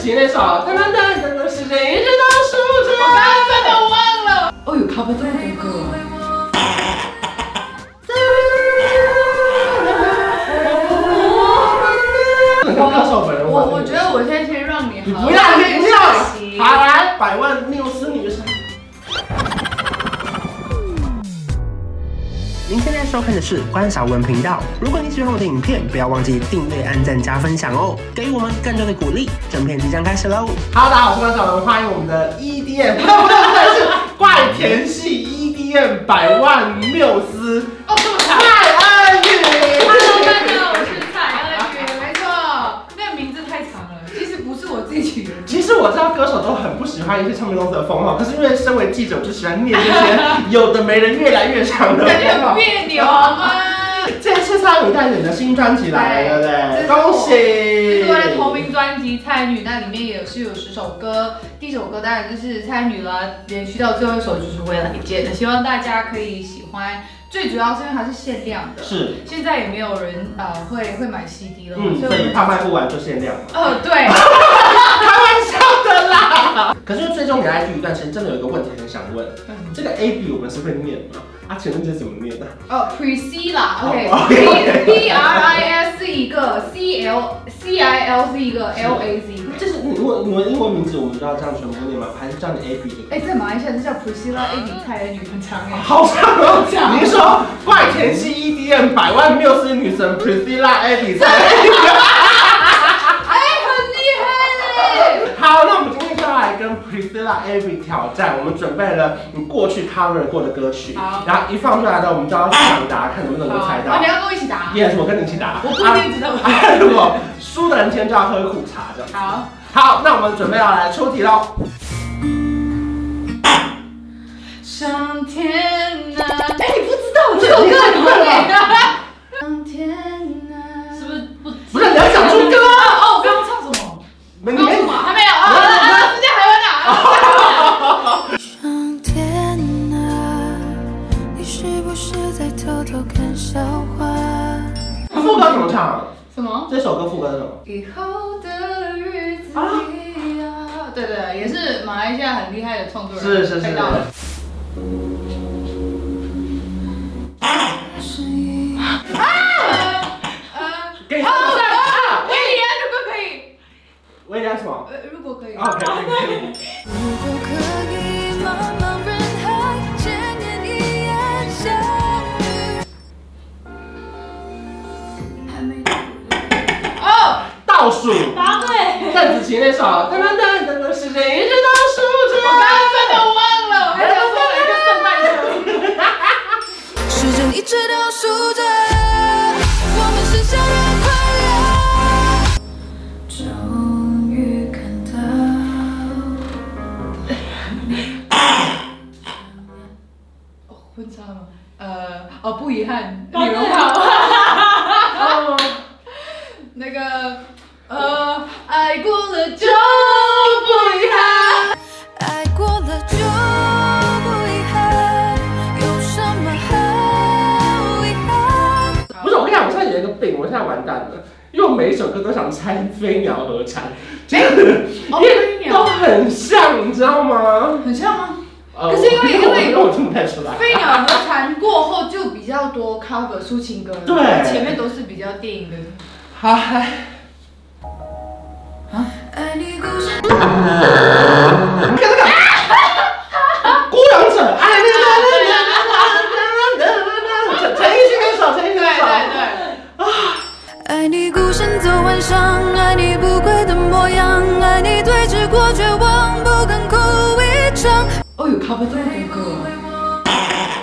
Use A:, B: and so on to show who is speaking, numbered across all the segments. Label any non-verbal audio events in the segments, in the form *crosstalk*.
A: 起那首噔噔噔噔噔，是谁知道数着？我刚刚都忘了。
B: 哦，有 cover 这么多歌啊！
A: 很高歌手本人，
C: 我我觉得我现在先让你
A: 你
C: 好，
A: 不要
C: 让
A: 你
C: 你
A: 不要
C: 上席。
A: 好来，百万缪斯女神。
D: 您现在收看的是关少文频道。如果你喜欢我的影片，不要忘记订阅、按赞、加分享哦，给予我们更多的鼓励。正片即将开始喽！
A: Hello，大家好，我是关晓雯，欢迎我们的 EDM，不不不是怪甜系 EDM 百万缪斯
C: 哦，这么
A: 蔡
C: 长。
A: 安
C: Hello，大
A: 宇。
C: 家好，我是蔡安宇，没错，那个名字太长了，其实不是我自己取的。
A: 其实我知道歌手都很不喜欢一些唱片公司的封号，可是因为身为记者，我就喜欢念这些有的没人越来越长的
C: 感觉
A: 封
C: 很
A: 号。
C: 别扭吗？
A: 这次蔡安宇带着你的新专辑来了，对
C: 对
A: 不对？恭
C: 这
A: 喜！
C: 是我的同名专辑《蔡女》，那里面也是有十首歌，第一首歌当然就是《蔡女》了，连续到最后一首就是《未来见》的，希望大家可以喜欢。最主要是因为它是限量的，
A: 是，
C: 现在也没有人呃会会买 CD 了嘛，
A: 嗯，
C: 所以
A: 所
C: 我
A: 以
C: 们
A: 怕卖不完就限量嘛。
C: 呃对，
A: 可是最终你来一段时间，真的有一个问题很想问，
C: 嗯
A: 这个 A B 我们是会念吗？啊，请问这怎么念的？
C: 呃 Prisi 啦
A: 哦
C: ，OK
A: 哦
C: P P R I S 是一个，C L C I L 是一个
A: 是
C: ，L A Z。
A: 这是你文你文英文名字，我们知道这样全部念吗？还是叫你 A B
C: 哎，在马来西亚这叫哎 Priscilla A 比蔡恩女很长哎，
A: 好长
C: 好长
A: 哦！您说怪田系 EDM 百万缪斯女神 Priscilla
C: *laughs*
A: Abby 在。
C: 哎，很厉害嘞！
A: 好，那我们今天就要来跟 Priscilla Abby 挑战。我们准备了你过去 cover 过的歌曲
C: 好，
A: 然后一放出来呢，我们就要抢答，看能不能够猜
C: 啊
A: 到
C: 你。要跟我一起答。
A: Yes，我跟你一起答。
C: 我不一定知道。
A: 啊如果输的人今天就要喝苦茶，这样。
C: 好，
A: 好，那我们准备要来出题喽。
C: 上天呐、哎、你不知道我这首歌很会的。上天呐、
B: 是不是不？
A: 不是你要讲出歌啊
C: 哦，我刚刚唱什么？
A: 没
C: 刚刚什么？还没有啊啊啊！啊时间还有哪？
E: 上天啊，你是不是在偷偷看笑话？
A: 副歌怎么唱？
C: 什么？
A: 这首歌副歌是什么？
C: 以后的日子里啊，对对，也是马来西亚很厉害的创作人，
A: 是是
C: 配
A: 是
C: 到的。
E: 是一
C: 呃，
A: 给他
C: 哦，
A: 们
C: 啊威廉，如果可以，
A: 威廉什么
C: 呃，如果可以。
A: ？OK。
E: 如果可以，茫茫人海见面一眼相遇。还没到
C: 哦，
A: 倒数，
B: 答对。
A: 邓紫棋那首噔噔噔噔噔，是谁知道数着？
C: 我刚刚真的忘了，我还想说了一个圣诞歌。
E: 时针一直倒数着，我们是相约快乐。终于看到，
C: 哦，婚纱吗？呃，哦，不遗憾，
B: 答
C: 女
B: 对
C: 人
B: 了
C: 好。。
A: 哦
C: 那个，呃，爱过了就不遗憾。
E: 爱过了就不遗憾，有什么好遗憾？
A: 不是，我跟你讲，我现在有一个病，我现在完蛋了，因为我每一首歌都想猜飞鸟合唱，就是因
C: 哦飞
A: 为
C: 鸟
A: 都很像，你知道吗？
C: 很像吗？
A: 呃
C: 可是因为因为
A: 我我听不太出来。
C: 飞鸟和蝉过后就比较多 cover 抒情歌了，
A: 对
C: 前面都是比较电影的。
A: 好，来
E: 爱你故事。
A: 你看这个，孤勇者，哎，那个，陈陈奕迅那首，陈奕迅
C: 对
A: 那首，
C: 对
E: 爱你孤身走晚上，爱你不跪的模样，爱你对峙过绝望，不肯哭一场。
B: 哦，有 cover 这么多歌啊！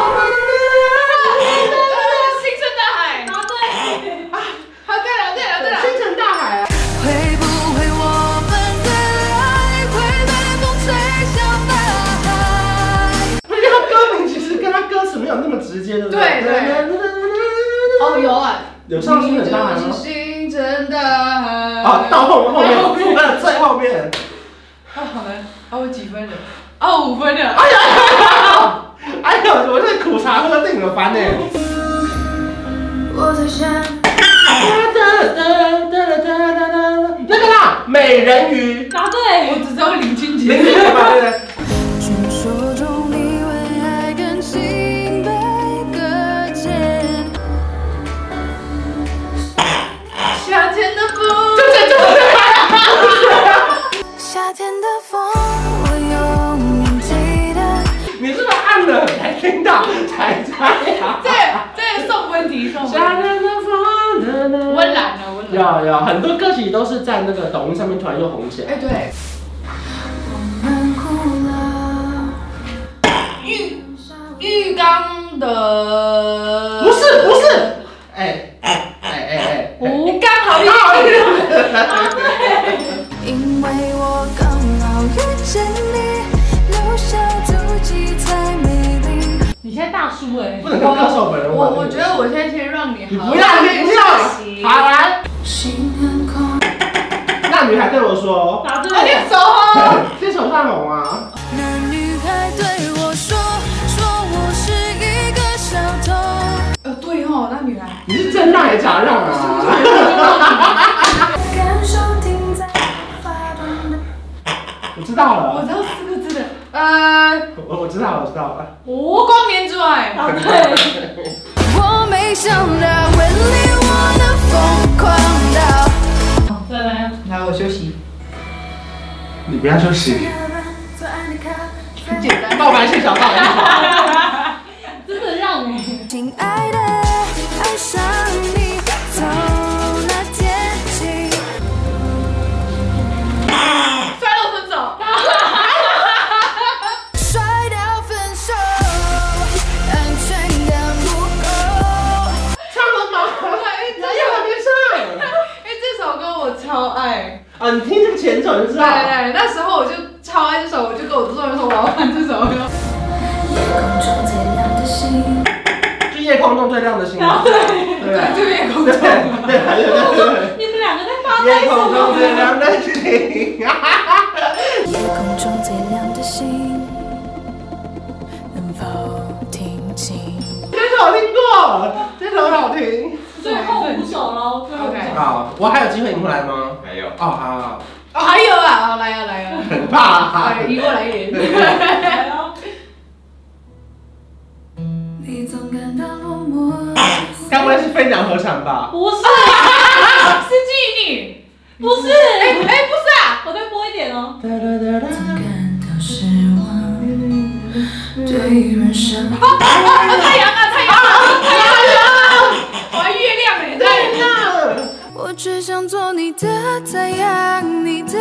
C: 对，呃星辰大海。
B: 答对。
C: 好，对了对了对了。
A: 星辰大海啊。
E: 会不会我们的爱会被风吹向大海？
A: 不是，他歌名其实跟他歌词没有那么直接，对不
C: 对对哦，有啊，
A: 有上星辰大海
C: 你
A: 吗
C: 就是？星辰大海。
A: 啊，到后后面，不是最后面。
C: 啊，好难，啊，我几分了？啊，五分了。
A: 哎呀，哎呀，我这苦茶喝的很烦呢。
E: 我在想，
A: 我对，人鱼，
B: 答对，
C: 我只知道林俊杰。
A: 林俊杰吧，对不对？
E: 传说中你为爱跟心被搁浅。
C: 夏天的 *laughs* 风，
E: 夏天的风，我永远记得。
A: 你是不是按了才听到才猜呀？
C: 这这送问题送问题，
A: 夏天的风，呐呐
C: 温岚啊温岚。
A: 有有，很多歌曲都是在那个抖音上面突然又红起来。
C: 哎对，
E: 我们哭了。
C: 浴浴缸的
A: 不是不是，哎哎哎哎哎，
C: 吴刚好厉
A: 好
C: 害。
E: 因为我刚好遇见你，留下足迹才美丽。
B: 你现在大叔哎
A: 不，能跟歌手本人
C: 我
A: 玩
C: 我觉得我现在先让你
A: 你
C: 好好
A: 不要你不要
C: 休息，
A: 好来，
E: 心很空，
A: 那女孩对我说，
B: 答对
C: 快
B: 了
C: 点。走哦。
A: 牵手上龙啊，
E: 那女孩对我说，说我是一个小偷。
C: 呃，对哦，那女孩。
A: 你是正让还是假让啊？ *laughs*
E: 感受停在发端的。
A: 我知道
C: 我
A: 了，
C: 知道四个字的，呃，
A: 我我知道了我知道了。
C: 无光年
A: *laughs*
C: 之外，
B: 答对，
E: 我没想到，为你我能疯狂到。
B: 再来，
C: 来我休 *laughs* 息，
A: 你不要休息，
C: 很简单，
A: 告白是小告白是小，
B: 真的让哎，
E: 亲爱的，爱上你，从那天起，
C: 摔了分手，
E: 摔到分手，安全感不够。
A: 唱了吗？
C: 哎，
A: 你
C: 这
A: 还
C: 首，
A: 没唱？
C: 哎，这首歌我超爱，
A: 啊，你听这个前奏就知
C: 对
A: 道了。
C: 对，那时候我就超爱这首，我就跟我制作人说我要玩这首歌，
E: 夜空中最亮的星，
A: 就夜空中最亮的星嘛。对啊
C: 对，就夜空
A: 对 *laughs*
C: 中，
A: 对对对
B: 你们两个在发
A: 对，夜空中最亮的星。
E: 夜空中最亮的星，能否听清？
A: 这首我听过，这首很好听。
B: 最后五首喽，最后五
C: OK
B: 首。
A: 好，我还有机会赢回来吗？
F: 还有
A: 哦，好好，好
C: 哦，还有啊，哦来啊来啊，
A: 很怕啊
C: 哎，。移过来一点，
B: 来哦
E: 你总感到落寞，
A: 该不会是飞鸟合唱吧？
B: 不是，
C: 啊是妓女，
B: 不是，
C: 哎哎不是啊，
B: 我再播一点哦。
E: 感到失望，对人生。
C: 啊太阳啊太阳啊太阳啊，我还月亮哎，太阳，
E: 我只想做你的太阳，你的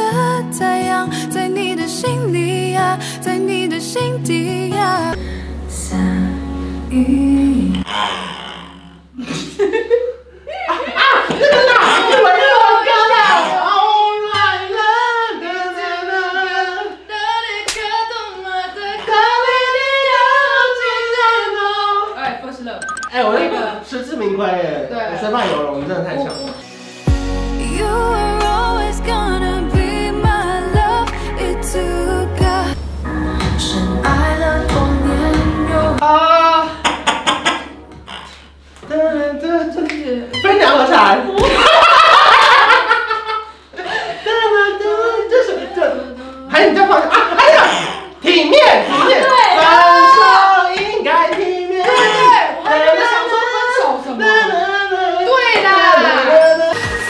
E: 太阳，在你的心里呀、在你的心底呀、下雨。
C: 哎 first love。
A: 哎，我那个实至名归耶！
C: 对
A: 我身败有龙，真的太强了。
E: You are always gonna be my love, it took a 深爱了多年又
A: 啊！这这这飞鸟和蝉。这是这，还有你再放啊！哎呀，体面体面，分手应该体面。
C: 哎对，我还以为想说分手什么。对啦。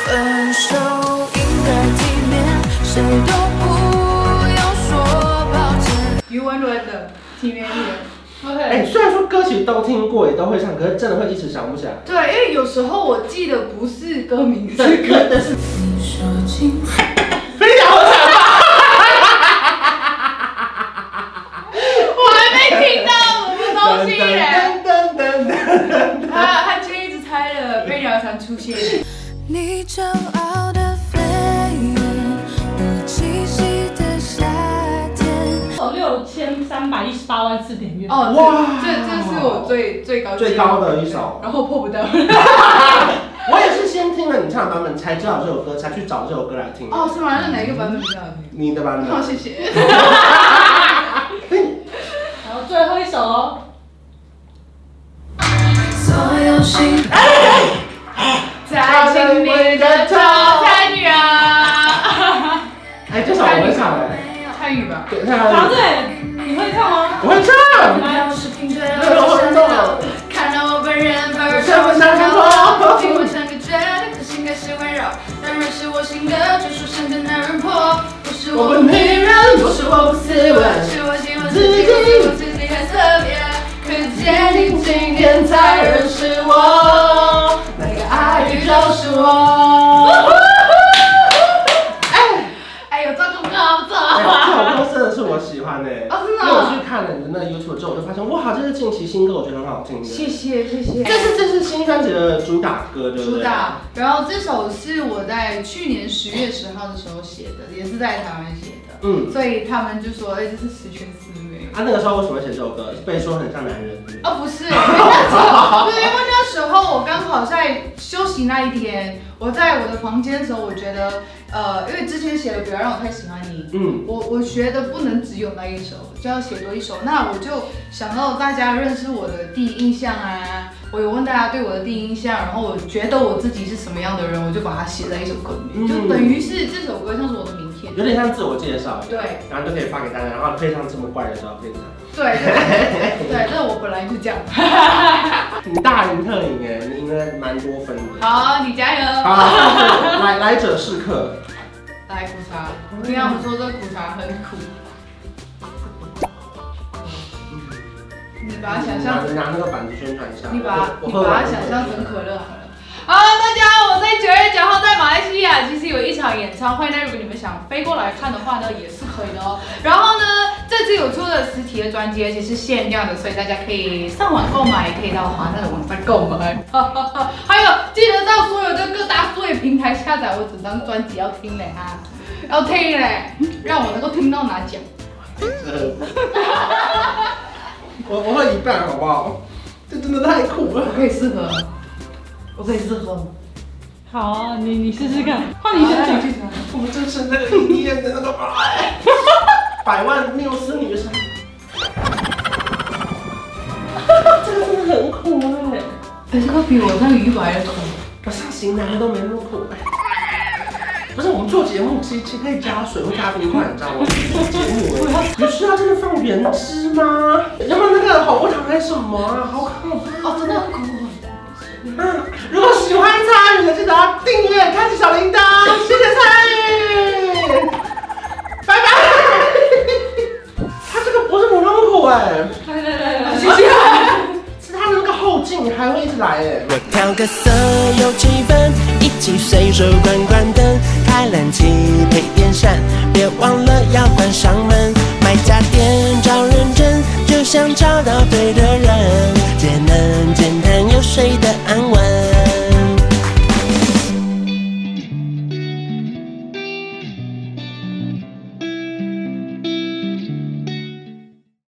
E: 分手应该体面，谁都不要说抱歉。
C: 余文润的《体面一点》。
A: 哎，
B: OK，
A: 虽然说歌曲都听过，也都会唱，可是真的会一直想不起
C: *laughs*
A: 来。
C: 对，因为有时候我记得不是歌 *laughs* 名，
A: 这
C: 是
A: 歌的是
E: 你说清楚，
A: 飞鸟和蝉吧？
C: 我还没听到什么东西嘞。
A: 噔噔噔噔。
C: 他他今天一直猜了飞鸟常出现，
E: 你骄傲的飞远，我栖息的夏天。
B: 有六千三百一十八万次点阅。
C: 哦，
A: 哇
C: 这这这是我最最高
A: 最高的一首
C: 然后破不掉。
A: 我也是先听了你唱的版本，才知道这首歌，才去找这首歌来听。
C: 哦，是吗？那哪一个版本比较好听？
A: 你的版
C: 好，
A: 本。
C: 谢谢。
B: 然后最后一首哦，
E: 所有心
C: 在亲密的早餐女啊，
A: 首我很少哎，
E: 没有
C: 蔡宇吧，
A: 对，看
B: 答
A: 看
B: 对，你会唱吗？
A: 我会唱，
B: 来，
E: 要是凭着我的想到，看到我本人本儿
A: 什么三
E: 看
A: 千
E: 到我
A: 多？
E: 比我像个绝对可心该是温柔，当然是我心的，就说身边男人婆，不是
A: 我
E: 我
A: 不
E: 不配。
A: 女人，我是我不斯文。
E: 是我喜欢自己，我自己很特别，可见你今天才认识我，那个爱宇宙是我。
C: 哎呦，这个好不
A: 哎
C: 错。
A: 这首歌真的是我喜欢的、欸，
C: 哦真的
A: 因为我去看了你的那 YouTube 之后，我就发现，哇，这是近期新歌，我觉得很好听的。
C: 谢谢谢
A: 但是这是新专辑的主打歌，对不对？
C: 主打，然后这首是我在去年十月十号的时候写的，也是在台湾写的，
A: 嗯，
C: 所以他们就说，哎，这是十全十美。
A: 他、那个时候为什么会写这首歌？被说很像男人。
C: 哦，不是，因为那时候，对，因为那时候我刚好在休息那一天，我在我的房间的时候，我觉得，呃，因为之前写的《不要让我太喜欢你》，
A: 嗯，
C: 我我学的不能只有那一首，就要写多一首。那我就想到大家认识我的第一印象啊，我有问大家对我的第一印象，然后我觉得我自己是什么样的人，我就把它写在一首歌里
A: 嗯
C: 面，就等于是这首歌像是我的明天。
A: 有点像自我介绍，
C: 对
A: 然后就可以发给大家，然后配上这么怪的照片。
C: 对对对，这我本来就这样。
A: 你大赢特赢哎，你赢了蛮多分的。
C: 好，你加油。
A: 好了，下一个来 *laughs* 来者是客。
C: 来苦茶，平常我们说这个苦茶很苦，嗯你把它想象成，
A: 拿拿那个板子宣传一下。
C: 你把
A: 我
C: 你
A: 喝
C: 把
A: 完
C: 它
A: 了
C: 想象成可乐好了。好，大家好，我在九月九号在马来西亚，其实有一场演唱会，那如果你们想飞过来看的话呢，也是可以的哦。然后呢，这次有出了实体的专辑，而且是限量的，所以大家可以上网购买，也可以到华纳的网站购买。还有，记得到所有的各大数位平台下载我整张专辑，要听嘞哈，要听嘞，让我能够听到拿奖。
A: 呃 *laughs* 我我喝一半好不好？这真的太苦了。
C: 我可以试喝，我可以试喝吗？
B: 好，啊你你试试看，换你先
C: 那
B: 讲。
C: 去尝
A: 我们就是那个一夜的那个哎百万缪斯女神。 *laughs* 这个真的很苦哎、
C: 哎，这个比我那个鱼白的苦。
A: 我上型男的都没那么苦哎、不是我们做节目，其实可以加水或加冰块，你知道吗？节目哎、你需要真的放原汁吗？要不然那个口味糖还是什么啊？好可怕！
C: 哦，真的很苦。
A: 嗯，如果喜欢参与的，记得要订阅、开启小铃铛，谢谢参与，拜拜。它这个不是母龙骨哎，
B: 来来来来，
C: 谢谢。
A: 是它的那个后劲还会一直来哎。
F: 我调个色有气氛，一起随手关关灯，开冷气配电扇，别忘了要关上门。买家电找认真，就像找到对的人。